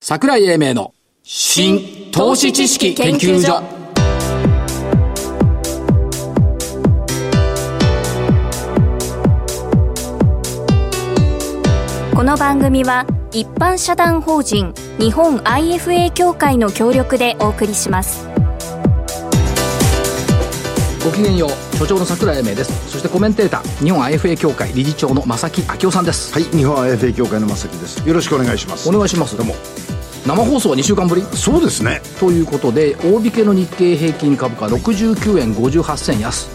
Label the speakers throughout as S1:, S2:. S1: 桜井英明の新投資知識研究所
S2: この番組は一般社団法人日本 IFA 協会の協力でお送りします
S1: ごきげんよう所長の桜井英明ですそしてコメンテーター日本 IFA 協会理事長の正木昭夫さんです、
S3: はい、日本 IFA 協会の正木です。よろしくお願いします。
S1: お願いします
S3: どうも。
S1: 生放送は2週間ぶり
S3: そうですね。
S1: ということで大引けの日経平均株価69円58銭安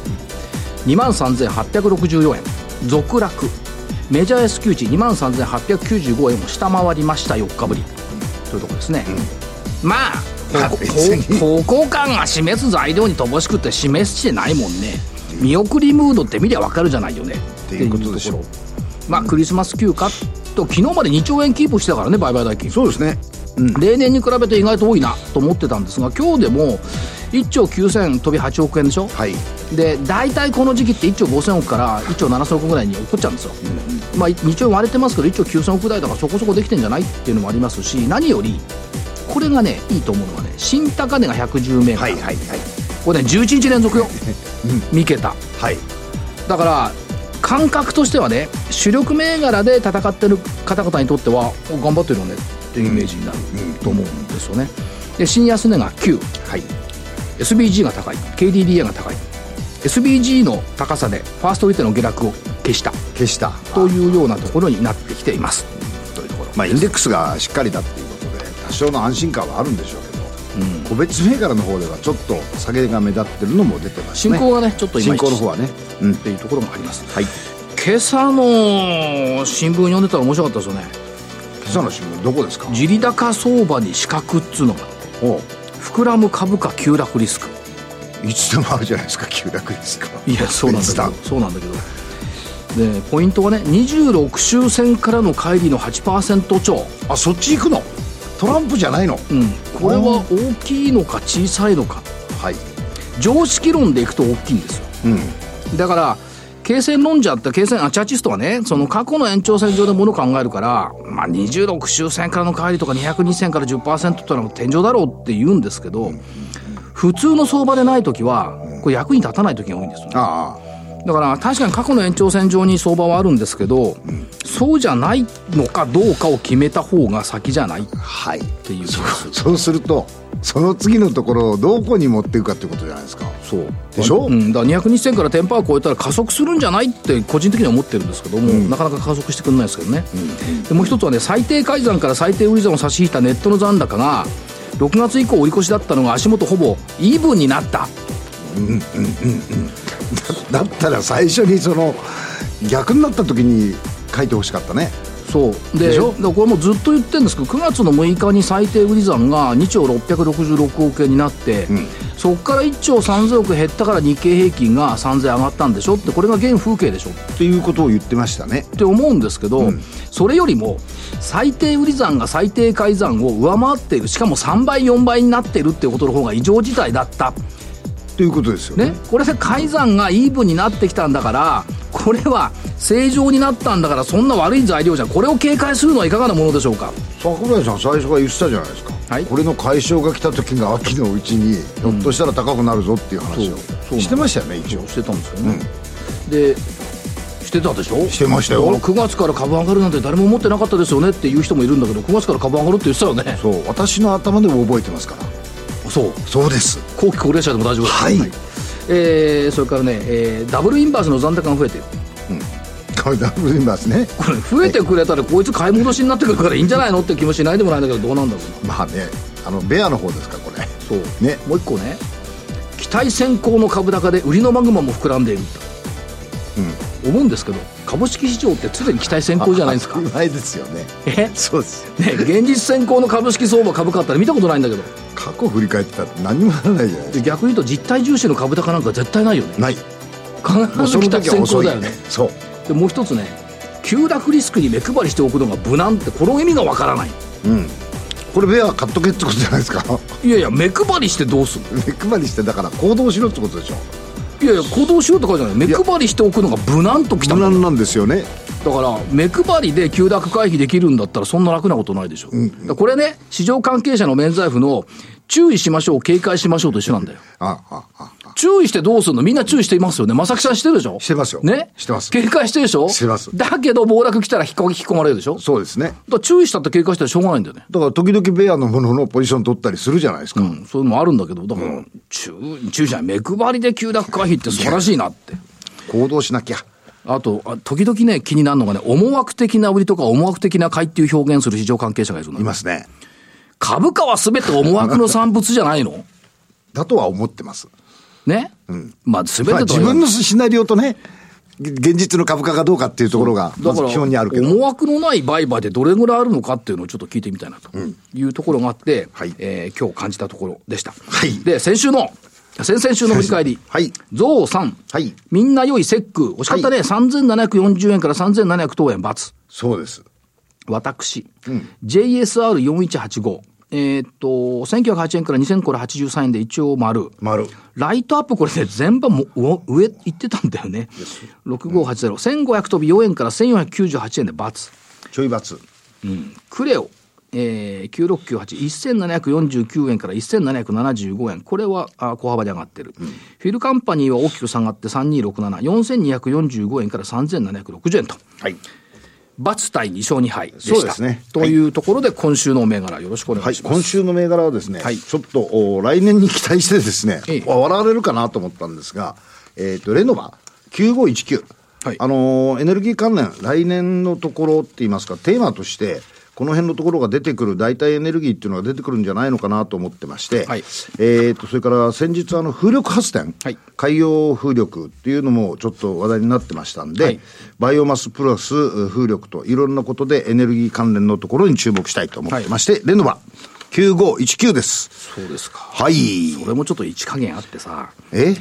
S1: 2万3864円続落メジャー S q 値2万3895円を下回りました4日ぶりというところですね、まあここ
S3: 別に
S1: ここ交換が示す材料に乏しくて示してないもんね見送りムードって見りゃ分かるじゃないよねって
S3: いうことでしょ
S1: いうところまあクリスマス休暇と昨日まで2兆円キープしてたからね売買代金
S3: そうですね。
S1: 例年に比べて意外と多いなと思ってたんですが今日でも1兆9000飛び8億円でしょ、
S3: はい。
S1: で大体この時期って1兆5000億から1兆7000億ぐらいに落っこっちゃうんですよ、まあ、2兆円割れてますけど1兆9000億台だからそこそこできてんじゃないっていうのもありますし何よりこれがねいいと思うのはね新高値が110メータ
S3: はい
S1: ー、
S3: はいはい。
S1: これね11日連続よ、三桁
S3: はい。
S1: だから感覚としてはね主力銘柄で戦ってる方々にとってはお頑張ってるよねっていうイメージになると思うんですよね、で新安値が9
S3: はい。
S1: SBG が高い KDDI が高い SBG の高さでファーストリテの下落を消した
S3: 消した。
S1: というようなところになってきていますというところ
S3: まあインデックスがしっかりだっていうことで多少の安心感はあるんでしょうけど、個別銘柄の方ではちょっと下げが目立ってるのも出てます
S1: 進
S3: ね。
S1: 行がねちょっといま
S3: 進
S1: いち
S3: 行の方はね。うん。
S1: っていうところもあります
S3: はい。
S1: 今朝の新聞読んでたら面白かったですよね
S3: 今朝の新聞どこですか。
S1: 地利高相場に死角っつうのが
S3: おう。
S1: 膨らむ株価急落リスク
S3: いつでもあるじゃないですか。急落ですか。
S1: いやそうなんだけ
S3: い
S1: ど
S3: つ
S1: そうなんだけどでポイントはね26周線からの乖離の8%超
S3: あそっち行くの。トランプじゃないの。
S1: うん、これは大きいのか小さいのか
S3: はい。
S1: 常識論でいくと大きいんですよ
S3: うん。
S1: だから経線論者って経線あチャーチストはねその過去の延長線上でものを考えるから、まあ、26周線からの帰りとか202線から10%ってのは天井だろうって言うんですけど普通の相場でない時はこれ役に立たない時が多いんですよね
S3: あ
S1: だから確かに過去の延長線上に相場はあるんですけど、そうじゃないのかどうかを決めた方が先じゃないっ
S3: あ。はい。
S1: ていう
S3: そう そうするとその次のところをどこに持っていくかってことじゃないですか
S1: そう
S3: でしょ
S1: うん、だから200日線から10%を超えたら加速するんじゃないって個人的には思ってるんですけども、なかなか加速してくれないですけどね、でもう一つはね最低改ざんから最低売り算を差し引いたネットの残高が6月以降売り越しだったのが足元ほぼイーブンになった
S3: だったら最初にその逆になった時に書いてほしかったね
S1: そうで
S3: でしょ
S1: だからこれもうずっと言ってるんですけど9月の6日に最低売り算が2兆666億円になって、そこから1兆3000億減ったから日経平均が3000上がったんでしょってこれが現風景でしょ
S3: っていうことを言ってましたね
S1: って思うんですけど、それよりも最低売り算が最低改ざんを上回っているしかも3倍4倍になっているっていうことの方が異常事態だった、
S3: ということですよね
S1: ね、これで改ざんがイーブンになってきたんだからこれは正常になったんだからそんな悪い材料じゃんこれを警戒するのはいかがなものでしょうか
S3: 桜井さん最初から言ってたじゃないですか、
S1: はい
S3: これの解消が来た時が秋のうちにひょっとしたら高くなるぞっていう話
S1: そうそうなん
S3: を
S1: です
S3: してましたよね一応
S1: してたんですけどね、でしてたでしょ
S3: してましたよ
S1: 9月から株上がるなんて誰も思ってなかったですよねっていう人もいるんだけど9月から株上がるって言ってたよね
S3: そう私の頭でも覚えてますから
S1: そう
S3: そうです
S1: 後期高齢者でも大丈夫です
S3: はい
S1: えーそれからね、えーダブルインバースの残高が増えてる
S3: これダブルインバースね
S1: これ増えてくれたらこいつ買い戻しになってくるからいいんじゃないのって気もしないでもないんだけどどうなんだろうな
S3: まあねあのベアの方ですかこれ
S1: そう、
S3: ね
S1: もう一個ね期待先行の株高で売りのマグマも膨らんでいると、思うんですけど株式市場って常に期待先行じゃないです か
S3: 当たり前ですよね
S1: え
S3: そうです
S1: ね現実先行の株式相場株価あったら見たことないんだけど
S3: 過去振り返ったって何にもならないじゃないです
S1: で逆に言うと実態重視の株高なんか絶対ないよね
S3: かない
S1: 必ず期待先行だよね
S3: そう
S1: でもう一つね急落リスクに目配りしておくのが無難ってこの意味がわからない
S3: うんこれベア買っとけってことじゃないですか
S1: いやいや目配りしてどうする
S3: 目配りしてだから行動しろってことでしょ
S1: いやいや行動しようとかじゃない目配りしておくのが無難ときた
S3: 無
S1: もの
S3: 難なんですよね
S1: だから目配りで急落回避できるんだったらそんな楽なことないでしょ、だからこれね市場関係者の免罪符の注意しましょう警戒しましょうと一緒なんだよ
S3: ああああ
S1: 注意してどうするのみんな注意していますよね。まさきさんしてるでしょ
S3: してますよ
S1: ね
S3: してます
S1: 警戒してるでしょ
S3: してます
S1: だけど暴落来たら引っ込み引っ込まれるでしょだか
S3: そうですね
S1: ら注意したって警戒したらしょうがないんだよね。
S3: だから時々ベアのもののポジション取ったりするじゃないですか、
S1: うん、そういうのもあるんだけど、だから、注注意じゃない、目配りで急落回避って素晴らしいなって。
S3: 行動しなきゃ
S1: あと、あ時々ね、気になるのがね、思惑的な売りとか思惑的な買いっていう表現する市場関係者がいるの
S3: い
S1: よ。
S3: ますね
S1: 株価は全て思惑の産物じゃないの
S3: だとは思ってます、
S1: ね、まあ、全てと
S3: まあ、
S1: は
S3: 自
S1: 言わない
S3: 分のシナリオとねげ現実の株価がどうかっていうところが
S1: だ
S3: ま
S1: か
S3: ず
S1: ら、
S3: 基本にあるけど
S1: 思惑のない売買でどれぐらいあるのかっていうのをちょっと聞いてみたいなというところがあって、
S3: はい
S1: えー今日感じたところでした。
S3: はい
S1: で、先週の、先々週の振り返り。
S3: はい
S1: ゾウさん。
S3: はい
S1: みんな良いセック。惜しかったね。3740円から3700等円×。
S3: そうです
S1: 私。JSR4185。えーっと、1908円から2000これ83円で一応丸。
S3: 丸
S1: ライトアップこれね、全部もうお上行ってたんだよね。6580。1500飛び4円から1498円で×。
S3: ちょい罰
S1: クレオ、えー、9698、1749円から1775円、これはあ小幅で上がってる、フィルカンパニーは大きく下がって3267、4245円から3760円と、
S3: はい
S1: ×対2勝2敗でした。
S3: そうですね
S1: というところで、今週のお銘柄、よろしくお願
S3: はいい、
S1: します。
S3: 今週の銘柄はですね、
S1: はい
S3: ちょっとお来年に期待してですね、
S1: ええ
S3: わ笑われるかなと思ったんですが、えっ、と、レノバ9519。
S1: はい
S3: あのーエネルギー関連、来年のところって言いますか、テーマとして、この辺のところが出てくる、代替エネルギーっていうのが出てくるんじゃないのかなと思ってまして、
S1: はい
S3: えっ、と、それから先日、あの、風力発電、
S1: はい
S3: 海洋風力っていうのもちょっと話題になってましたんで、
S1: はい
S3: バイオマスプラスう風力といろんなことでエネルギー関連のところに注目したいと思ってまして、レノバ9519です。
S1: そうですか。
S3: はい。
S1: これもちょっと一加減あってさ、
S3: え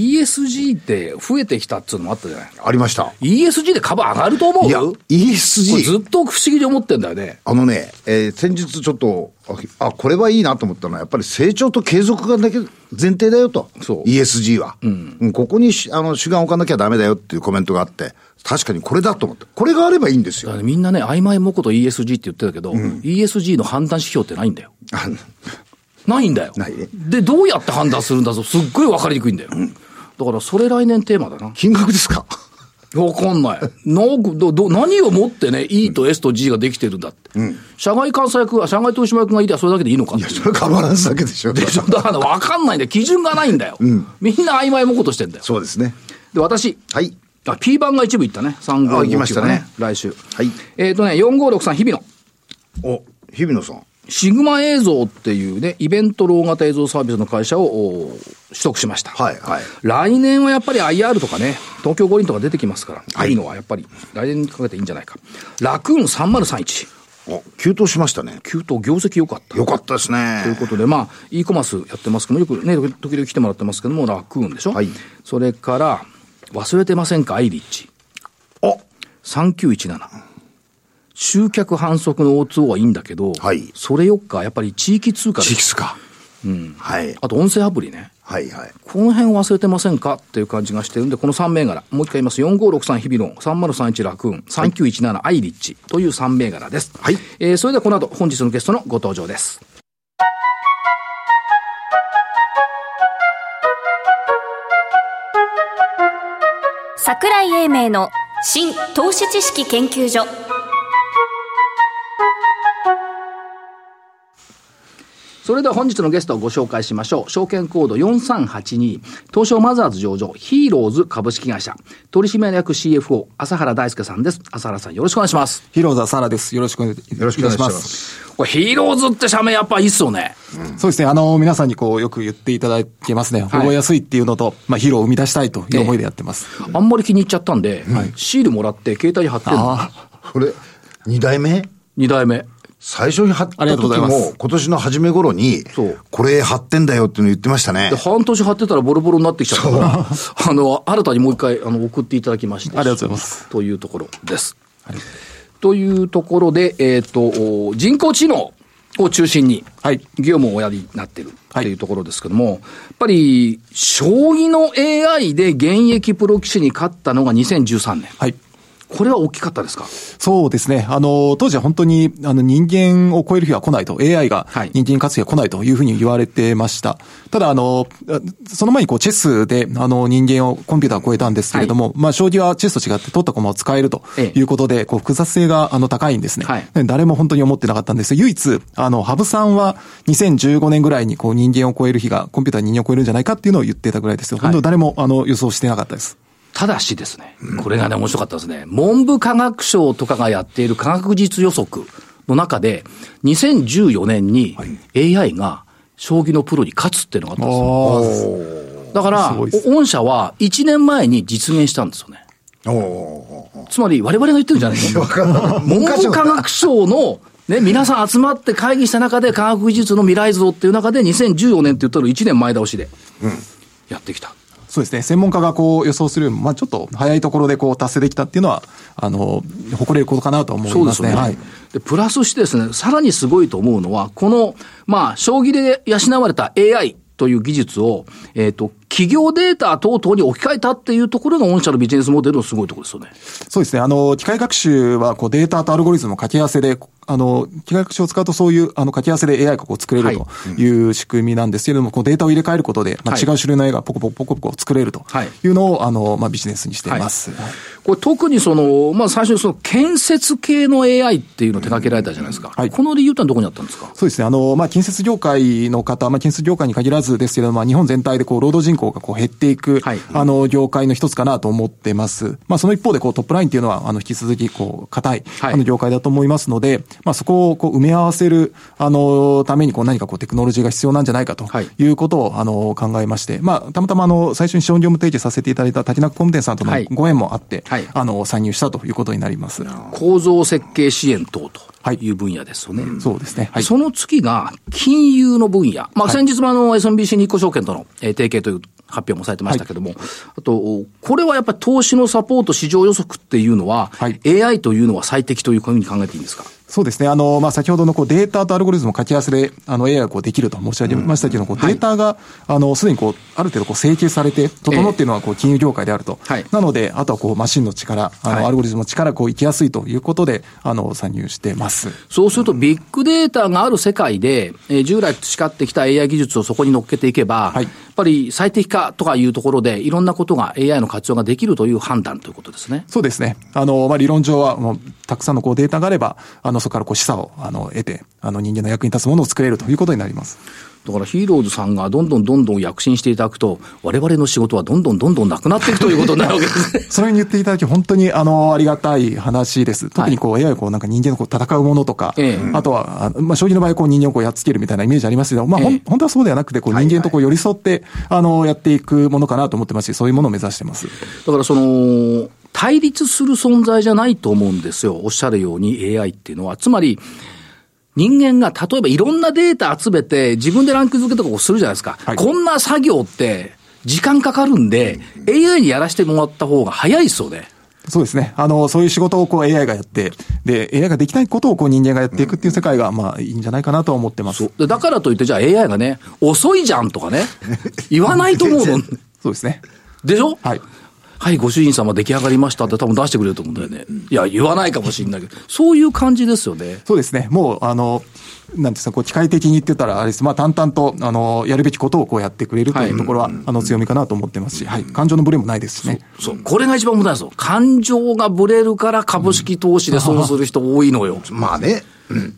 S1: ESG って増えてきたっつうのもあったじゃない。
S3: ありました。
S1: ESG で株上がると思う
S3: いや、
S1: これず
S3: ESG。
S1: っと不思議に思ってんだよね。
S3: あのね、えー先日ちょっと、あ、あこれはいいなと思ったのは、やっぱり成長と継続がだけ前提だよと。
S1: そう
S3: ESG は。うんここにしあの主眼を置かなきゃダメだよっていうコメントがあって、確かにこれだと思って。これがあればいいんです
S1: だ
S3: よ。
S1: からねみんなね、曖昧もこと ESG って言ってたけど、ESG の判断指標ってないんだよ。
S3: あの
S1: ないんだよ
S3: ないね。
S1: で、どうやって判断するんだぞ、すっごい分かりにくいんだよ。だから、それ来年テーマだな。
S3: 金額ですか
S1: わかんない。なんかどど何をもってね、E と S と G ができてるんだって。社外関西役、社外取締役がいりゃそれだけでいいのかっていう
S3: それはバランスだけでしょ。でしょ
S1: だから分かんないんだよ。基準がないんだよ。みんな曖昧もことしてんだよ。
S3: そうですね。
S1: で、私、
S3: はい。
S1: あ、P 版が一部いったね。3号
S3: あ行きましたね
S1: 来週。
S3: はい
S1: えっ、とね、4563日比野。
S3: お、日比野さん。
S1: シグマ映像っていうね、イベントロー型映像サービスの会社をお取得しました。
S3: はいはい
S1: 来年はやっぱり IR とかね、東京五輪とか出てきますから、
S3: はい
S1: い、いのはやっぱり来年にかけていいんじゃないか。ラクーン3031、
S3: お、急騰しましたね。
S1: 急騰業績良かった。
S3: よかったですね。
S1: ということで、まあ、e コマースやってますけども、よくね、時時々来てもらってますけども、ラクーンでしょ。
S3: はい
S1: それから、忘れてませんか、アイリッチ。
S3: お
S1: 3917。集客反則の O2O はいいんだけど、
S3: はい
S1: それよっか、やっぱり地域通貨で
S3: 地域スか。うん。はい。
S1: あと音声アプリね。
S3: はいはい。
S1: この辺忘れてませんかっていう感じがしてるんで、この3銘柄、もう一回言います。4563日比野、3031ラクーン、3917アイリッチという3銘柄です。
S3: はい
S1: えーそれではこの後、本日のゲストのご登場です。
S2: 桜井英明の新投資知識研究所
S1: それでは本日のゲストをご紹介しましょう。証券コード4382、東証マザーズ上場、ヒーローズ株式会社、取締役 CFO、朝原大輔さんです。朝原さん、よろしくお願いします。
S4: 広田サラです。よろしくお願いい
S3: よろ
S4: た
S3: しくお願い
S4: し
S3: しま
S4: ますす。
S1: これ、ヒーローズって社名やっぱいいっすよね。
S4: そうですね。あの、皆さんにこう、よく言っていただけますね。覚えやすいっていうのと、まあ、ヒーローを生み出したいという思いでやってます。
S1: あんまり気に入っちゃったんで、シールもらって携帯に貼ってんの。
S4: ああ、
S3: これ、二代目
S1: 二代目。
S3: 最初に貼っ
S4: あ
S3: た
S4: りがとうござ
S3: 時
S4: います
S3: も、今年の初め頃に
S1: そう、
S3: これ貼ってんだよっていうの言ってましたね
S1: で、。半年貼ってたらボロボロになってきちゃったから、あの、新たにもう一回、あの、送っていただきまして。
S4: ありがとうございます。
S1: というところです。というところで、えっ、と、お人工知能を中心に、
S4: はい
S1: 業務をおやりになってる
S4: はい
S1: っていうところですけども、やっぱり、将棋の AI で現役プロ棋士に勝ったのが2013年。
S4: はい。
S1: これは大きかったですか
S4: そうですね。あの、当時は本当に、あの、人間を超える日は来ないと、AI が
S1: はい
S4: 人間に勝つ日は来ないというふうに言われてました。ただ、あの、あその前にこう、チェスで、あの、人間を、コンピューターを超えたんですけれども、まあ、将棋はチェスと違って取った駒を使えると
S1: ええ
S4: いうことで、こう、複雑性が、あの、高いんですね。
S1: はい
S4: で誰も本当に思ってなかったんですが唯一、あの、羽生さんは2015年ぐらいに、こう、人間を超える日が、コンピューターに人間を超えるんじゃないかっていうのを言ってたぐらいですよ。
S1: い
S4: 本当誰も、あの、予想してなかったです。
S1: ただしですね、これがね、面白かったですね。文部科学省とかがやっている科学技術予測の中で、2014年に AI が将棋のプロに勝つっていうのがあったんですよ。だから、
S4: すごいです
S1: 御社は1年前に実現したんですよね。
S3: おお
S1: つまり、我々が言ってるんじゃないですか。文部科学省の、ね、皆さん集まって会議した中で、科学技術の未来像っていう中で、2014年って言ったの1年前倒しで、やってきた。
S4: そうですね。専門家がこう予想するよりも、まあちょっと早いところでこう達成できたっていうのは、あの、誇れることかなと思
S1: そ
S4: い
S1: で
S4: うますす
S1: よ
S4: ね。
S1: ね、
S4: はい。
S1: で。プラスしてですね、さらにすごいと思うのは、この、まあ、将棋で養われた AI という技術を、えっ、と、企業データ等々に置き換えたっていうところが御社のビジネスモデルのすごいところですよね。
S4: そうですね。あの、機械学習はこうデータとアルゴリズムを掛け合わせで、あの、機械学習を使うとそういう、あの、掛け合わせで AI がこう作れる
S1: は
S4: という仕組みなんですけれども、こうデータを入れ替えることで、まあ
S1: はい
S4: 違う種類の AI がポコポコポコポコ作れると
S1: はい
S4: いうのを、あの、まあビジネスにしています。
S1: これ特にその、まあ、最初にその建設系の AI っていうのを手掛けられたじゃないですか。
S4: はい
S1: この理由ってのはどこにあったんですか
S4: そうですね。あの、まあ、建設業界の方、まあ、建設業界に限らずですけれども、まあ、日本全体でこう、労働人口がこう、減っていく、
S1: はい
S4: あの、業界の一つかなと思ってます。まあ、その一方でこう、トップラインっていうのは、あの、引き続き、こう、硬い、
S1: はい
S4: あの、業界だと思いますので、まあ、そこをこう、埋め合わせる、あの、ためにこう、何かこう、テクノロジーが必要なんじゃないかと
S1: はい
S4: いうことを、あの、考えまして、まあ、たまたまあの、最初に資本業務提示させていただいた滝中工務店さんとの
S1: はい
S4: ご縁もあって、
S1: はい
S4: あの、参入したということになります。
S1: 構造設計支援等と
S4: はい
S1: いう分野ですよね。
S4: そうですね。はい。
S1: その次が金融の分野。まあ、
S4: はい
S1: 先日もあの SMBC 日興証券とのえー提携という発表もされてましたけども、あと、おこれはやっぱり投資のサポート、市場予測っていうのは、
S4: はい
S1: AI というのは最適というふうに考えていいんですか
S4: そうですね。あの、まあ、先ほどのこうデータとアルゴリズムを掛け合わせで、あの、AI がこうできると申し上げましたけど、こうデータが、あの、すでにこう、ある程度こう請求されて、整っているのはこう、金融業界であると。
S1: はい
S4: なので、あとはこう、マシンの力、あの、
S1: はい
S4: アルゴリズムの力、こう、行きやすいということで、あの、参入してます。
S1: そうするとビッグデータがある世界で、えー従来培ってきた AI 技術をそこに乗っけていけば、
S4: はい
S1: やっぱり最適化とかいうところで、いろんなことが AI の活用ができるという判断ということですね。
S4: そうですね。あの、まあ、理論上は、もう、たくさんのこう、データがあれば、あの、そこからこう、示唆を、あの、得て、あの、人間の役に立つものを作れるということになります。
S1: だからヒーローズさんがどんどんどんどん躍進していただくと、我々の仕事はどんどんどんどんなくなっていくということになるわけです ね。
S4: それに言っていただき、本当に、あの、ありがたい話です。特にこう、AI をこう、なんか人間のこう、戦うものとか、
S1: ええ
S4: あとは、あまあ、将棋の場合、こう、人間をこう、やっつけるみたいなイメージありますけど、まあ、ほん
S1: ええ
S4: 本当はそうではなくて、こう、人間とこう、寄り添って、あの、やっていくものかなと思ってますし、そういうものを目指してます。
S1: だからその、対立する存在じゃないと思うんですよ。おっしゃるように AI っていうのは。つまり、人間が例えばいろんなデータ集めて自分でランク付けとかをするじゃないですか。
S4: はい
S1: こんな作業って時間かかるんで、AI にやらせてもらった方が早いですよね。
S4: そうですね。あの、そういう仕事をこう、AI がやって、で、AI ができないことをこう、人間がやっていくっていう世界が、まあ、いいんじゃないかなとは思ってます。
S1: でだからといってじゃあ AI がね、遅いじゃんとか ね、言わないと思うの。
S4: そうですね。
S1: でしょ
S4: はい。
S1: はい、ご主人様出来上がりましたって多分出してくれると思うんだよね。いや、言わないかもしれないけど、そういう感じですよね。
S4: そうですね。もう、あの、なんですか、こう、機械的に言ってたら、あれです。まあ、淡々と、あの、やるべきことをこうやってくれるというところは、あの、強みかなと思ってますし、はい。感情のブレもないですしね。
S1: そう。これが一番問題ですよ。感情がブレるから株式投資で損する人多いのよ。
S3: まあね、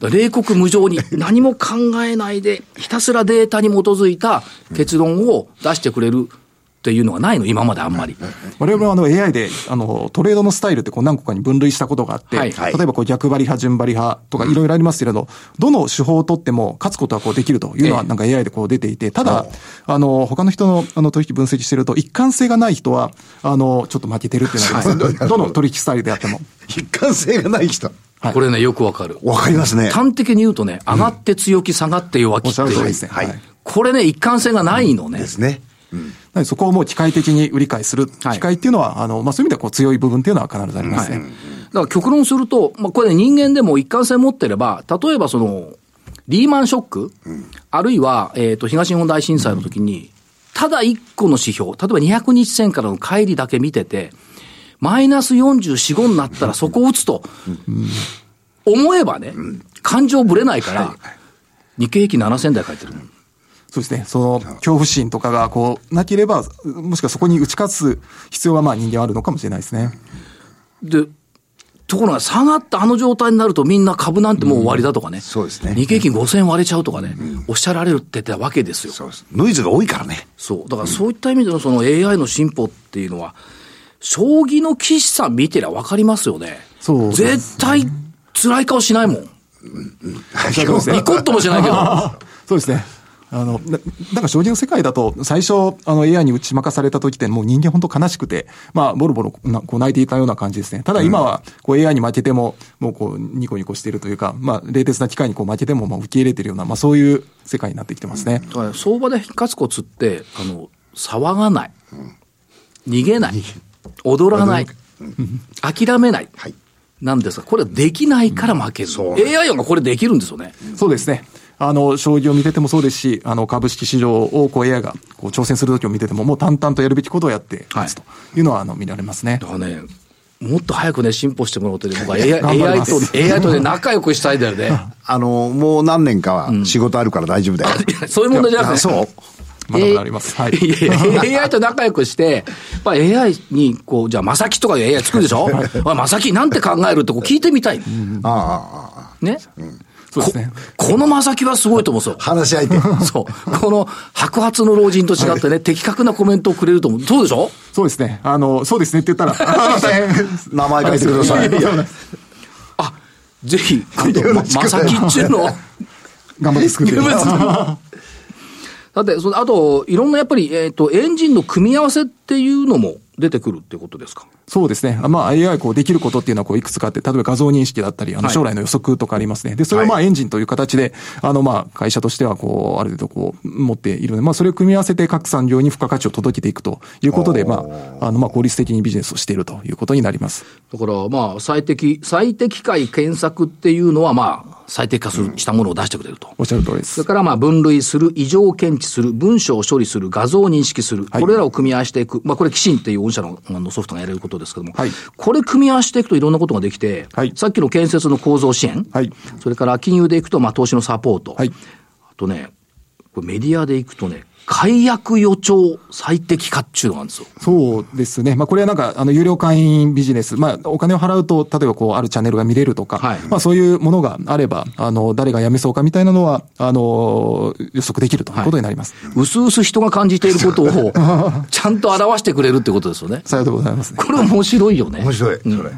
S1: だから冷酷無 情に何も考えないで、ひたすらデータに基づいた結論を出してくれるっていうのがないの、今まであんまり。
S4: 我々はあの AI であのトレードのスタイルってこう何個かに分類したことがあって、
S1: はい
S3: はい
S4: 例えばこう逆張り派、順張り派とかいろいろありますけれど、どの手法を取っても勝つことはこうできるというの
S1: え
S4: は
S1: え
S4: なんか AI でこう出ていて、ただ、あの、他の人のあの取引分析してると、一貫性がない人は、あの、ちょっと負けてるっていうの
S3: そうな
S4: があ
S3: ん
S4: り
S3: だ
S4: ます。どの取引スタイルであっても。
S3: 一貫性がない人。
S4: はい
S1: これね、よくわかる。
S3: わかりますね。
S1: 端的に言うとね、上がって強気、下がって弱気
S4: おっ
S1: っ
S4: してゃる通り
S1: い
S4: で
S1: う
S4: すね。
S3: はい
S4: はい
S1: これね、一貫性がないのね。
S3: ですね。
S4: なのでそこをもう機械的に売り買いする。
S1: はい
S4: 機械っていうのは、あの、まあ、そういう意味ではこう強い部分っていうのは必ずありますね。
S1: だから極論すると、まあ、これね人間でも一貫性持ってれば、例えばその、リーマンショック、あるいは、えっ、と、東日本大震災の時に、ただ一個の指標、例えば200日線からの乖離だけ見てて、マイナス44、5になったらそこを打つと、思えばね、感情ぶれないから、日経平均7000台書いてる。
S4: そうですね。その恐怖心とかがこうなければ、もしくはそこに打ち勝つ必要はまあ人間はあるのかもしれないですね。
S1: で、ところが下がったあの状態になるとみんな株なんてもう終わりだとかね。
S3: そうですね
S1: 日経平均5000割れちゃうとかね、おっしゃられるってたわけですよ。
S3: そうですノイズが多いから ね。
S1: そう。だからそういった意味でのその AI の進歩っていうのは、将棋の棋士さん見てりゃわかりますよね。
S4: そうですね
S1: 絶対辛い顔しないもん。
S4: そうですね
S1: ニコッともしないけど。
S4: そうですね。あの、ななんか将棋の世界だと、最初、あの、AI に打ち負かされた時って、もう人間本当悲しくて、まあ、ボロボロなこう泣いていたような感じですね。ただ今は、こう AI に負けても、もうこう、ニコニコしてるというか、まあ、冷徹な機械にこう負けても、まあ、受け入れてるような、まあ、そういう世界になってきてますね。
S1: だから相場で勝つコツって、あの、騒がない。逃げない。踊らない。諦めない。
S3: はい
S1: なんですが、これはできないから負ける。
S3: そう
S1: AI がこれできるんですよね。
S4: そうですね。あの、将棋を見ててもそうですし、あの、株式市場をこう AI がこう挑戦する時を見てても、もう淡々とやるべきことをやって
S1: はい
S4: 勝つというのは、あの、見られますね
S1: だ。からね、もっと早くね、進歩してもらおうとね、僕は AI,
S4: 頑張り
S1: AI
S4: ます
S1: と、AI とね、仲良くしたいんだよね。
S3: あの、もう何年かは仕事あるから大丈夫だよ。
S1: そういう問題じゃなく
S3: あ
S1: て、
S3: そう
S4: まだまだあります。はい。
S1: いやいや AI と仲良くして、まあ、AI に、こう、じゃあ、まさきとかいう AI 作るでしょあまさきなんて考えるってこう聞いてみたい。
S3: ああああ、
S1: ね。
S4: そうですね。
S1: このまさきはすごいと思うんですよ。
S3: 話し相手。
S1: そう。この白髪の老人と違ってね、的確なコメントをくれると思う。そうでしょ
S4: そうですね。あの、そうですねって言ったら、
S3: 大変名前書いてく ださい。
S1: あ、ぜひ、今度、
S3: よ
S1: ま
S3: ろしく
S1: さきっちゅうのを。
S4: 頑張って 作ってる。
S1: だって、その、あと、いろんなやっぱり、えっ、と、エンジンの組み合わせっていうのも出てくるってことですか
S4: そうですね。あまあ AI こうできることっていうのはこういくつかあって、例えば画像認識だったり、あの
S1: はい
S4: 将来の予測とかありますね。で、それをまあエンジンという形で、あのまあ会社としてはこう、ある程度こう持っているので、まあそれを組み合わせて各産業に付加価値を届けていくということで、まあ、あのまあ効率的にビジネスをしているということになります。
S1: だから、まあ、最適、最適解検索っていうのは、まあ、最適化する、したものを出してくれると。
S4: おっしゃる通りで
S1: それ
S4: す。
S1: からまあ分類する、異常検知する、文章を処理する、画像を認識する、
S4: はい
S1: これらを組み合わせていく、まあ、これ、キシンっていう御社のあのソフトがやれることですけども、
S4: はい
S1: これ組み合わせていくといろんなことができて、
S4: はい
S1: さっきの建設の構造支援、
S4: はい
S1: それから金融でいくとまあ投資のサポート、
S4: はい
S1: あとね、これメディアでいくとね、解約予兆最適化っていうのがあるんですよ。
S4: そうですね。まあ、これはなんか、あの、有料会員ビジネス。まあ、お金を払うと、例えばこう、あるチャンネルが見れるとか、
S1: はい
S4: まあ、そういうものがあれば、あの、誰が辞めそうかみたいなのは、あの、予測できるということになります。
S1: うすうす人が感じていることをちゃんと表してくれるってことですよ ね。
S4: さようでございますね。
S1: これ面白いよね。
S3: 面白い、それ。
S1: それ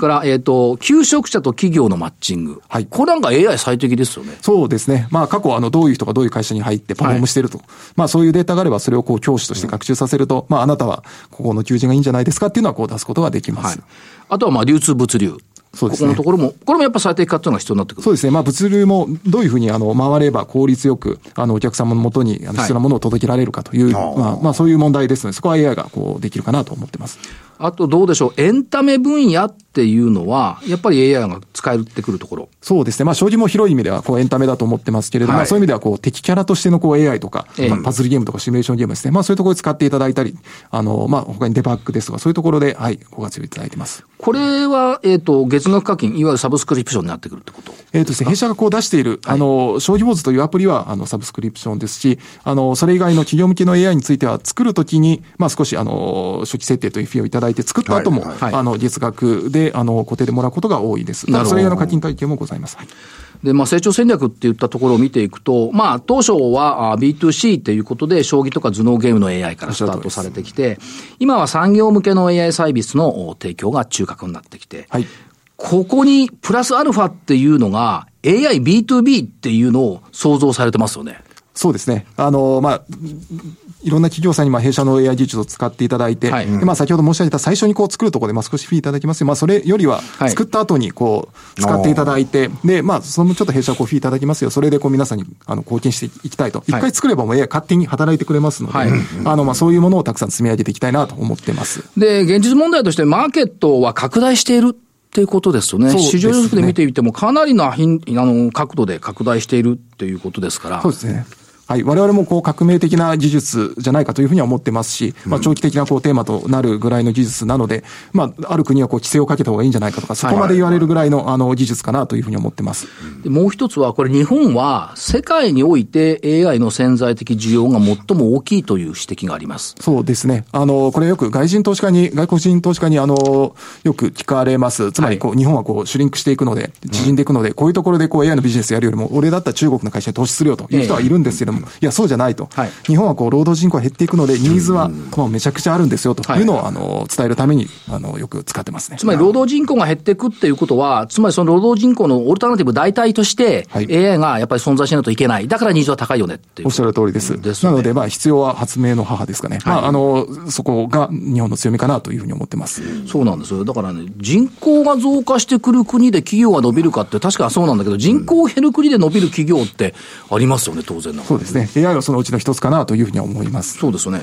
S1: から、えっ、と、求職者と企業のマッチング。
S4: はい
S1: これなんか AI 最適ですよね。
S4: そうですね。まあ、過去、あの、どういう人がどういう会社に入ってパフォームしてると。まあ、そういうデータがあれば、それをこう、教師として学習させると、まあ、あなたは、ここの求人がいいんじゃないですかっていうのは、こう出すことができま
S1: はい
S4: す。。
S1: あとは、まあ、流通物流。
S4: そうです
S1: ここ
S4: ね
S1: のところも、これもやっぱ最適化っていうのが必要になってくる。
S4: そうですね。まあ、物流も、どういうふうに、あの、回れば効率よく、あの、お客様のもとに、あの、
S1: はい
S4: 必要なものを届けられるかという、まあ、まあ、そういう問題ですので、そこは AI が、こう、できるかなと思ってます。
S1: あと、どうでしょう。エンタメ分野っていうのは、やっぱり AI が使えてくるところ。
S4: そうですね。まあ、将棋も広い意味では、こう、エンタメだと思ってますけれども、
S1: はい
S4: そういう意味では、こう、敵キャラとしての、こう、AI とか、
S1: ええ
S4: まあパズルゲームとかシミュレーションゲームですね。まあ、そういうところで使っていただいたり、あの、まあ、他にデバッグですとか、そういうところで、はい、ご活用いただいてます。
S1: これは、えっ、と、月額課金、いわゆるサブスクリプションになってくるってこと。
S4: えっとですね、弊社がこう出している、あの、将棋ウォーズというアプリは、あの、サブスクリプションですし、あの、それ以外の企業向けの AI については、作るときに、まあ、少し、あの、初期設定という費用をいただいて、作った後も、
S3: はい
S1: はい
S4: あの、月額で、あの、固定でもらうことが多いです。
S1: なるほ
S4: ただ、
S1: ど
S4: それ以外の課金体系もございます。はい
S1: で、まあ、成長戦略っていったところを見ていくと、まあ、当初はあ B2C っていうことで、将棋とか頭脳ゲームの AI からスタートされてきて、今は産業向けの AI サービスのお提供が中核になってきて、
S4: はい。
S1: ここにプラスアルファっていうのが、AIB2B っていうのを想像されてますよね。
S4: そうですね。あの、まあ、いろんな企業さんにまあ弊社の AI 技術を使っていただいて、
S1: はい
S4: でまあ、先ほど申し上げた最初にこう作るところでまあ少しフィーいただきますよまあ、それよりは
S1: はい
S4: 作った後にこう使っていただいて、で、まあ、そのちょっと弊社はこうフィーいただきますよ。それでこう皆さんにあの貢献していきたいと。一
S1: はい
S4: 回作ればもう AI 勝手に働いてくれますので、
S1: はい
S4: あの、まあ、そういうものをたくさん積み上げていきたいなと思ってます。
S1: で、現実問題としてマーケットは拡大しているっていうことですよね。
S4: そうです
S1: 市
S4: ね
S1: 場予測で見てみても、かなりな頻あの角度で拡大しているっていうことですから、
S4: そうですね。はい、我々もこう革命的な技術じゃないかというふうには思ってますし、まあ、長期的なこうテーマとなるぐらいの技術なので、まあ、ある国はこう規制をかけた方がいいんじゃないかとか、そこまで言われるぐらいのあの技術かなというふうに思ってます。
S1: でもう一つは、これ日本は世界において AI の潜在的需要が最も大きいという指摘があります。
S4: そうですね。あの、これよく外人投資家に、外国人投資家に、あの、よく聞かれます。つまり、こう、日本はこう、シュリンクしていくので、縮んでいくので、こういうところでこう、AI のビジネスやるよりも、俺だったら中国の会社に投資するよという人はいるんですけども、いや、そうじゃないと
S1: はい。
S4: 日本はこう、労働人口が減っていくので、ニーズは、まあ、めちゃくちゃあるんですよというのを、あの、伝えるために、あの、よく使ってますね。
S1: つまり労働人口が減っていくっていうことは、つまりその労働人口のオルタナティブ代替として、
S4: はい
S1: AI がやっぱり存在しないといけない。だからニーズは高いよねっていう
S4: おっ。しゃる通りです。
S1: ですよ
S4: な
S1: ね
S4: ので、まあ、必要は発明の母ですかね。まあ、あの、そこが日本の強みかなというふうに思ってます。
S1: そうなんですよ。だからね、人口が増加してくる国で企業が伸びるかって確かそうなんだけど、人口減る国で伸びる企業ってありますよね、当然ながら
S4: そうですね。AI はそのうちの一つかなというふうには思います。
S1: そうですよね。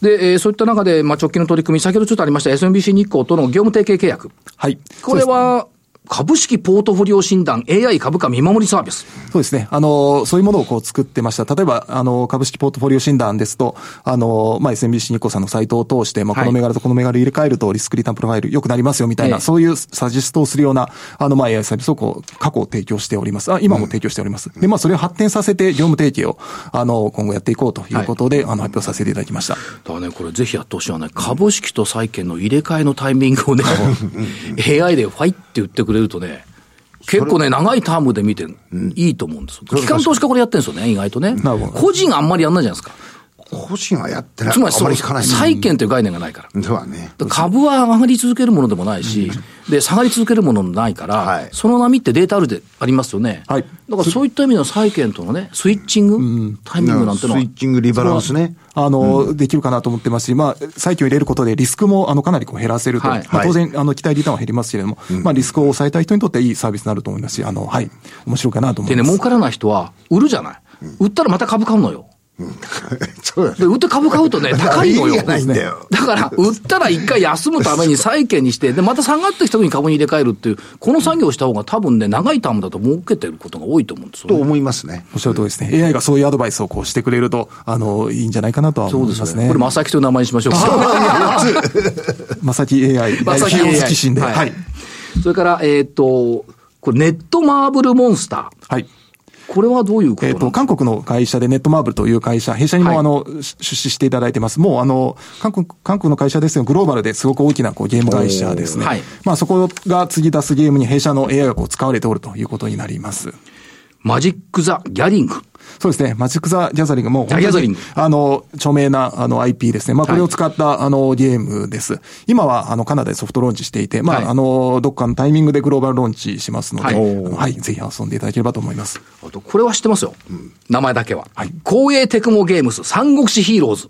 S1: で、えーそういった中で、まあ、直近の取り組み、先ほどちょっとありました SMBC 日興との業務提携契約。
S4: はい。
S1: これは、株式ポートフォリオ診断 AI 株価見守りサービス。
S4: そうですね。あの、そういうものをこう作ってました。例えば、あの、株式ポートフォリオ診断ですと、あの、まあ、SMBC 日興さんのサイトを通して、まあ、
S1: はい
S4: この銘柄とこの銘柄入れ替えるとリスクリターンプロファイル良くなりますよみたい
S1: え
S4: な、
S1: え
S4: そういうサジェストをするような、あの、まあ、AI サービスをこう、過去提供しております。あ、今も提供しております。で、まあ、それを発展させて業務提携を、あの、今後やっていこうということで、あの、発表させていただきました。
S1: だからね、これぜひやってほしいのはね、株式と債券の入れ替えのタイミングをね、AI でファイって言ってくれるとね、結構ね、長いタームで見て、いいと思うんですよ。機関投資家これやってるんですよね、意外とね。
S4: なるほど
S1: 個人あんまりやんないじゃないですか。
S3: 個人はやってない。
S1: つまり
S3: あ
S1: そ
S3: ま
S1: の、
S3: り聞かない。
S1: 債券という概念がないから。
S3: ではね。
S1: だから株は上がり続けるものでもないし、で、下がり続けるものもないから、
S3: はい
S1: その波ってデータあるでありますよね。
S4: はい
S1: だからそういった意味の債券とのね、スイッチング、タイミングなんての
S3: ス
S1: は
S3: イッチングリバランスね。
S4: あの、できるかなと思ってますし、まあ、債券を入れることでリスクも、あの、かなりこう減らせると。
S1: はい
S4: まあ、
S3: はい
S4: 当然、あの、期待リターンは減りますけれども、まあ、リスクを抑えたい人にとってはいいサービスになると思いますし、あの、はい、面白いかなと思
S1: で
S4: い
S1: ね、
S4: ます。
S1: 儲からない人は、売るじゃない。売ったらまた株買うのよ。
S3: そうだね
S1: で、売って株買うとね、高いの
S3: 意
S1: よ
S3: 味。がないんだよ。
S1: だから、売ったら一回休むために債券にして、で、また下がってきた時に株に入れ替えるっていう、この作業をした方が多分ね、長いタームだと儲けてることが多いと思うんですよ
S3: と
S1: ね、
S3: 思いますね。
S4: おっしゃる通りですね。AI がそういうアドバイスをこうしてくれると、あの、いいんじゃないかなとは
S1: そ
S4: 思
S1: うで
S4: いますす
S1: ね。
S4: ね。
S1: これ、正木という名前にしましょうか。
S4: まさき AI、
S1: まさき
S4: 大企業
S1: AI
S4: 好き心で。
S1: はい
S4: はい。
S1: それから、えっ、と、これ、ネットマーブルモンスター。
S4: はい。
S1: これはどういうことな
S4: えっ、
S1: んです
S4: と、
S1: か、
S4: 韓国の会社でネットマーブルという会社、弊社に
S1: はい
S4: もあの、し出資していただいてます。もうあの、韓国、韓国の会社ですよ、グローバルですごく大きなこうゲーム会社ですね。
S1: おーはい
S4: まあそこが次出すゲームに弊社の AI がこう使われておるということになります。
S1: マジック・ザ・ギャリング。
S4: そうですね。マジック・ザ・ギャザリングも、
S1: ザギャザリング
S4: あの、著名な、あの、IP ですね。まあ、
S1: は
S4: こ
S1: い
S4: れを使った、あの、ゲームです。今は、あの、カナダでソフトローンチしていて、まあ、
S1: はい
S4: あの、どっかのタイミングでグローバルローンチしますので、
S1: はい
S4: あのはい、ぜひ遊んでいただければと思います。
S1: あと、これは知ってますよ。名前だけは。
S4: はい
S1: 光栄テクモゲームス、三国志ヒーローズ。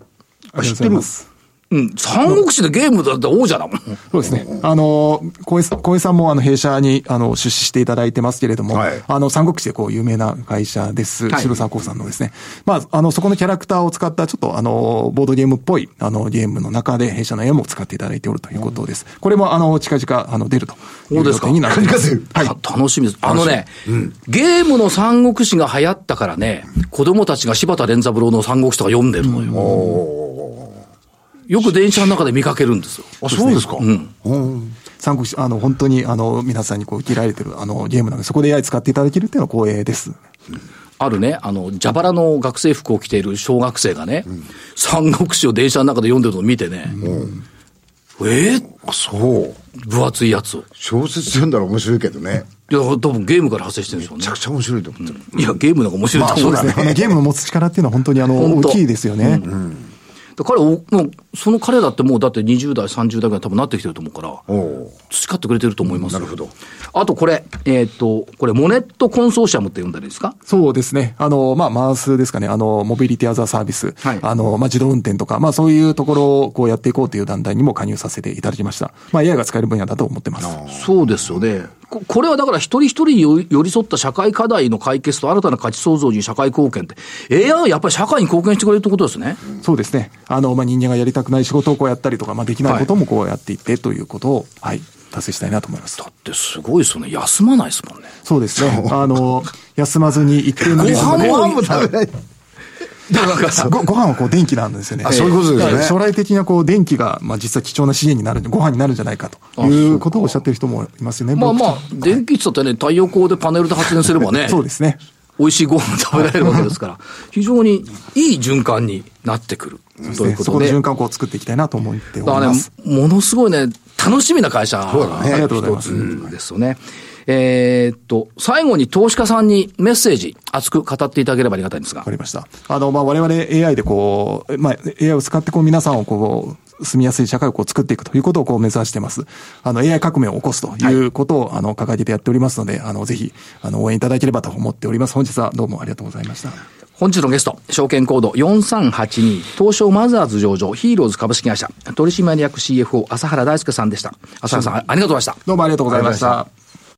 S4: ありがとうございます。
S1: うん、三国志でゲームだって王者だもん。
S4: そうですね。あの、小江さん小江さんもあの弊社にあの出資していただいてますけれども、
S3: はい
S4: あの、三国志でこう有名な会社です。
S1: はい
S4: 白沢興産のですね。まあ、あの、そこのキャラクターを使ったちょっとあの、ボードゲームっぽいあの、ゲームの中で弊社の絵も使っていただいておるということです。これもあの、近々あの、出るとい
S1: そう
S4: う
S1: で
S4: 予
S1: すか
S4: 定になっています。はい。
S1: た楽しみです。あのね、ゲームの三国志が流行ったからね、子供たちが柴田連三郎の三国志とか読んでるのよ。よく電車の中で見かけるんですよ。
S3: あ、そうですか。うん。
S4: 三国志、あの、本当にあの、皆さんにこう受け入れられてるあの、ゲームなので、そこで AI 使っていただけるっていうのは光栄です。
S1: あるね、あの、蛇腹の学生服を着ている小学生がね、三国志を電車の中で読んでるのを見てね、えー、
S3: あそう。
S1: 分厚いやつを。
S3: 小説読んだら面白いけどね。
S1: いや、多分ゲームから発生してるんですよ
S3: め
S1: ね
S3: ちゃく。ちゃ面白いと思ってる。
S1: いや、ゲームの方が面白いと思うんですね。
S4: あのゲームの持つ力っていうのは本当にあの、
S1: 本
S4: 大
S1: 当
S4: きいですよね。
S1: で彼おもう、その彼だってもうだって20代、30代ぐらい多分なってきてると思うから、
S3: おお
S1: 培ってくれてると思いますなるほど。あとこれ、えーっと、これ、モネットコンソーシアムって呼んだらいいですか
S4: そうですね。あの、まあ、マースですかね。あの、モビリティアザーサービス。
S1: はい
S4: あの、まあ、自動運転とか、まあ、そういうところをこうやっていこうという団体にも加入させていただきました。まあ、AI が使える分野だと思ってます。
S1: そうですよね。ここれはだから一人一人によ寄り添った社会課題の解決と新たな価値創造に社会貢献って、AI はやっぱり社会に貢献してくれるってことですね。
S4: そうですね。あの、まあ、人間がやりたくない仕事をこうやったりとか、まあ、できないこともこうやっていってということを、はい、達成したいなと思います
S1: だ。ってすごいですよね。休まないですもんね。
S4: そうですね。あの、休まずに一定の
S1: ご飯も
S4: で
S1: ご飯も食べ
S3: ない。
S1: でもなんかさ
S4: ごご飯はこう電気なんですよね。
S3: あそういうことですよね
S4: だから将来的なこう電気が、まあ、実は貴重な資源になるんで、ご飯になるんじゃないかということをおっしゃってる人もいますよ ね。
S1: まあまあ
S4: 僕、
S1: 電気って言ったってね、太陽光でパネルで発電すればね、
S4: そうですね。
S1: 美味しいご飯食べられるわけですから、非常にいい循環になってくるというこ
S4: そ
S1: と
S4: この
S1: で。
S4: 循環をこう作っていきたいなと思っており
S1: だから
S4: ま
S1: ね
S4: す。、
S1: ものすごいね、楽しみな会社
S3: そうだね
S4: ありがとうござい
S1: 一
S4: ます
S1: つですよね。えーっと、最後に投資家さんにメッセージ、熱く語っていただければありがたいんですが
S4: わか。りました。あの、まあ、我々 AI でこう、まあ、AI を使ってこう皆さんをこう、住みやすい社会をこう作っていくということをこう目指しています。あの、AI 革命を起こすということを、あの、掲げてやっておりますので、あの、ぜひ、あの、応援いただければと思っております。本日はどうもありがとうございました。
S1: 本日のゲスト、証券コード4382、東証マザーズ上場、ヒーローズ株式会社、取締役 CFO、朝原大輔さんでした。朝原さん、ありがとうございました。
S4: どうもありがとうございまし
S3: ありがとうございま
S4: た。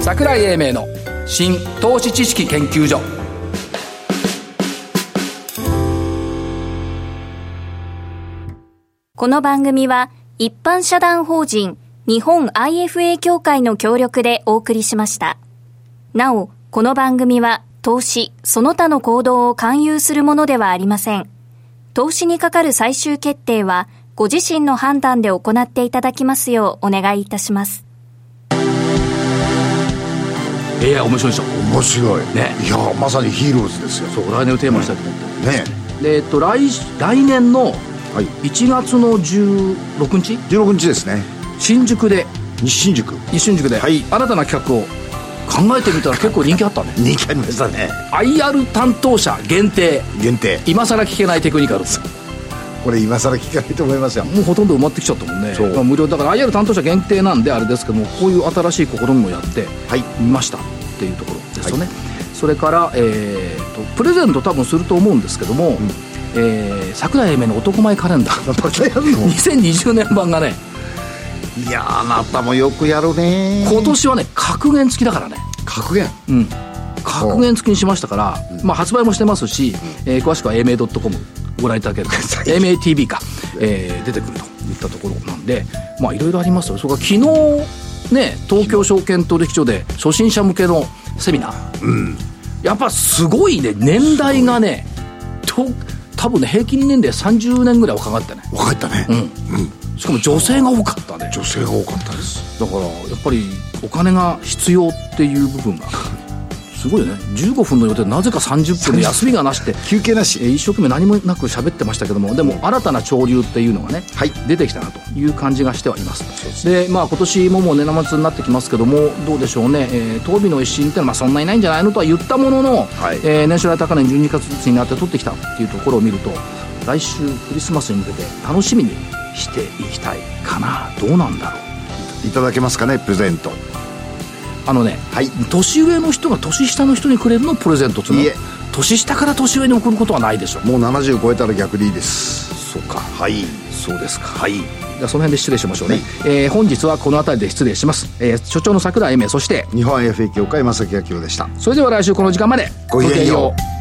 S1: 桜井英明の新投資知識研究所
S2: この番組は一般社団法人日本 IFA 協会の協力でお送りしました。なお、この番組は投資、その他の行動を勧誘するものではありません。投資にかかる最終決定はご自身の判断で行っていただきますようお願いいたします。
S1: AI 面白いでしょ
S3: 面白い、
S1: ね
S3: いやまさにヒーローズですよ
S1: そう来年をテーマにしたいと思って、
S3: ね
S1: でえっと来来年の
S3: はい
S1: 1月の16日
S3: 16日ですね
S1: 新宿で
S3: 西新宿
S1: 西新宿で、
S3: はい
S1: 新たな企画を考えてみたら結構人気あったね
S3: 人気ありましたね
S1: IR 担当者限定
S3: 限定
S1: 今更聞けないテクニカル
S3: これ今更聞かないと思いますよ
S1: もうほとんど埋まってきちゃったもんね
S3: そう
S1: まあ、無料だから IR 担当者限定なんであれですけどもこういう新しい試みもやって
S3: はい
S1: みましたっていうところですよね、それから、えーとプレゼント多分すると思うんですけども、えー桜井英明の男前カレンダ ー
S3: またやるの
S1: 2020年版がね
S3: いやあなたもよくやるね
S1: 今年はね格言付きだからね
S3: 格言
S1: うん格言付きにしましたから、まあ、発売もしてますし、えー詳しくは AMA.com ご覧いただ けると AMATV か、えー出てくるといったところなんでまあいろいろありますよそれから昨日ね東京証券取引所で初心者向けのセミナー、やっぱすごいね年代がねと多分ね平均年齢30年ぐらい若かったね
S3: 分かったね、
S1: しかも女性が多かったね
S3: 女性が多かったです
S1: だからやっぱりお金が必要っていう部分がすごいよね15分の予定でなぜか30分で休みがなしって
S3: 休憩なし
S1: えー一生懸命何もなく喋ってましたけどもでも新たな潮流っていうのがね、
S3: はい
S1: 出てきたなという感じがしてはいますでまあ今年ももう年末になってきますけどもどうでしょうね、えー、当備の一新ってのはまあそんなにないんじゃないのとは言ったものの、
S3: はい
S1: えー年初来高値12月になって取ってきたっていうところを見ると来週クリスマスに向けて楽しみにしていきたいかなどうなんだろう
S3: いただけますかねプレゼント
S1: あのね、
S3: はい
S1: 年上の人が年下の人にくれるのをプレゼントっていうのはい
S3: え
S1: 年下から年上に送ることはないでしょ
S3: もう70超えたら逆でいいです
S1: そうか
S3: はい
S1: そうですか
S3: はい
S1: じゃあその辺で失礼しましょうね、
S3: はい
S1: えー本日はこの辺りで失礼します、えー所長の桜井英明そして
S3: 日本 IFA 協会正木明夫でした
S1: それでは来週この時間まで
S3: ごきげんよう
S1: う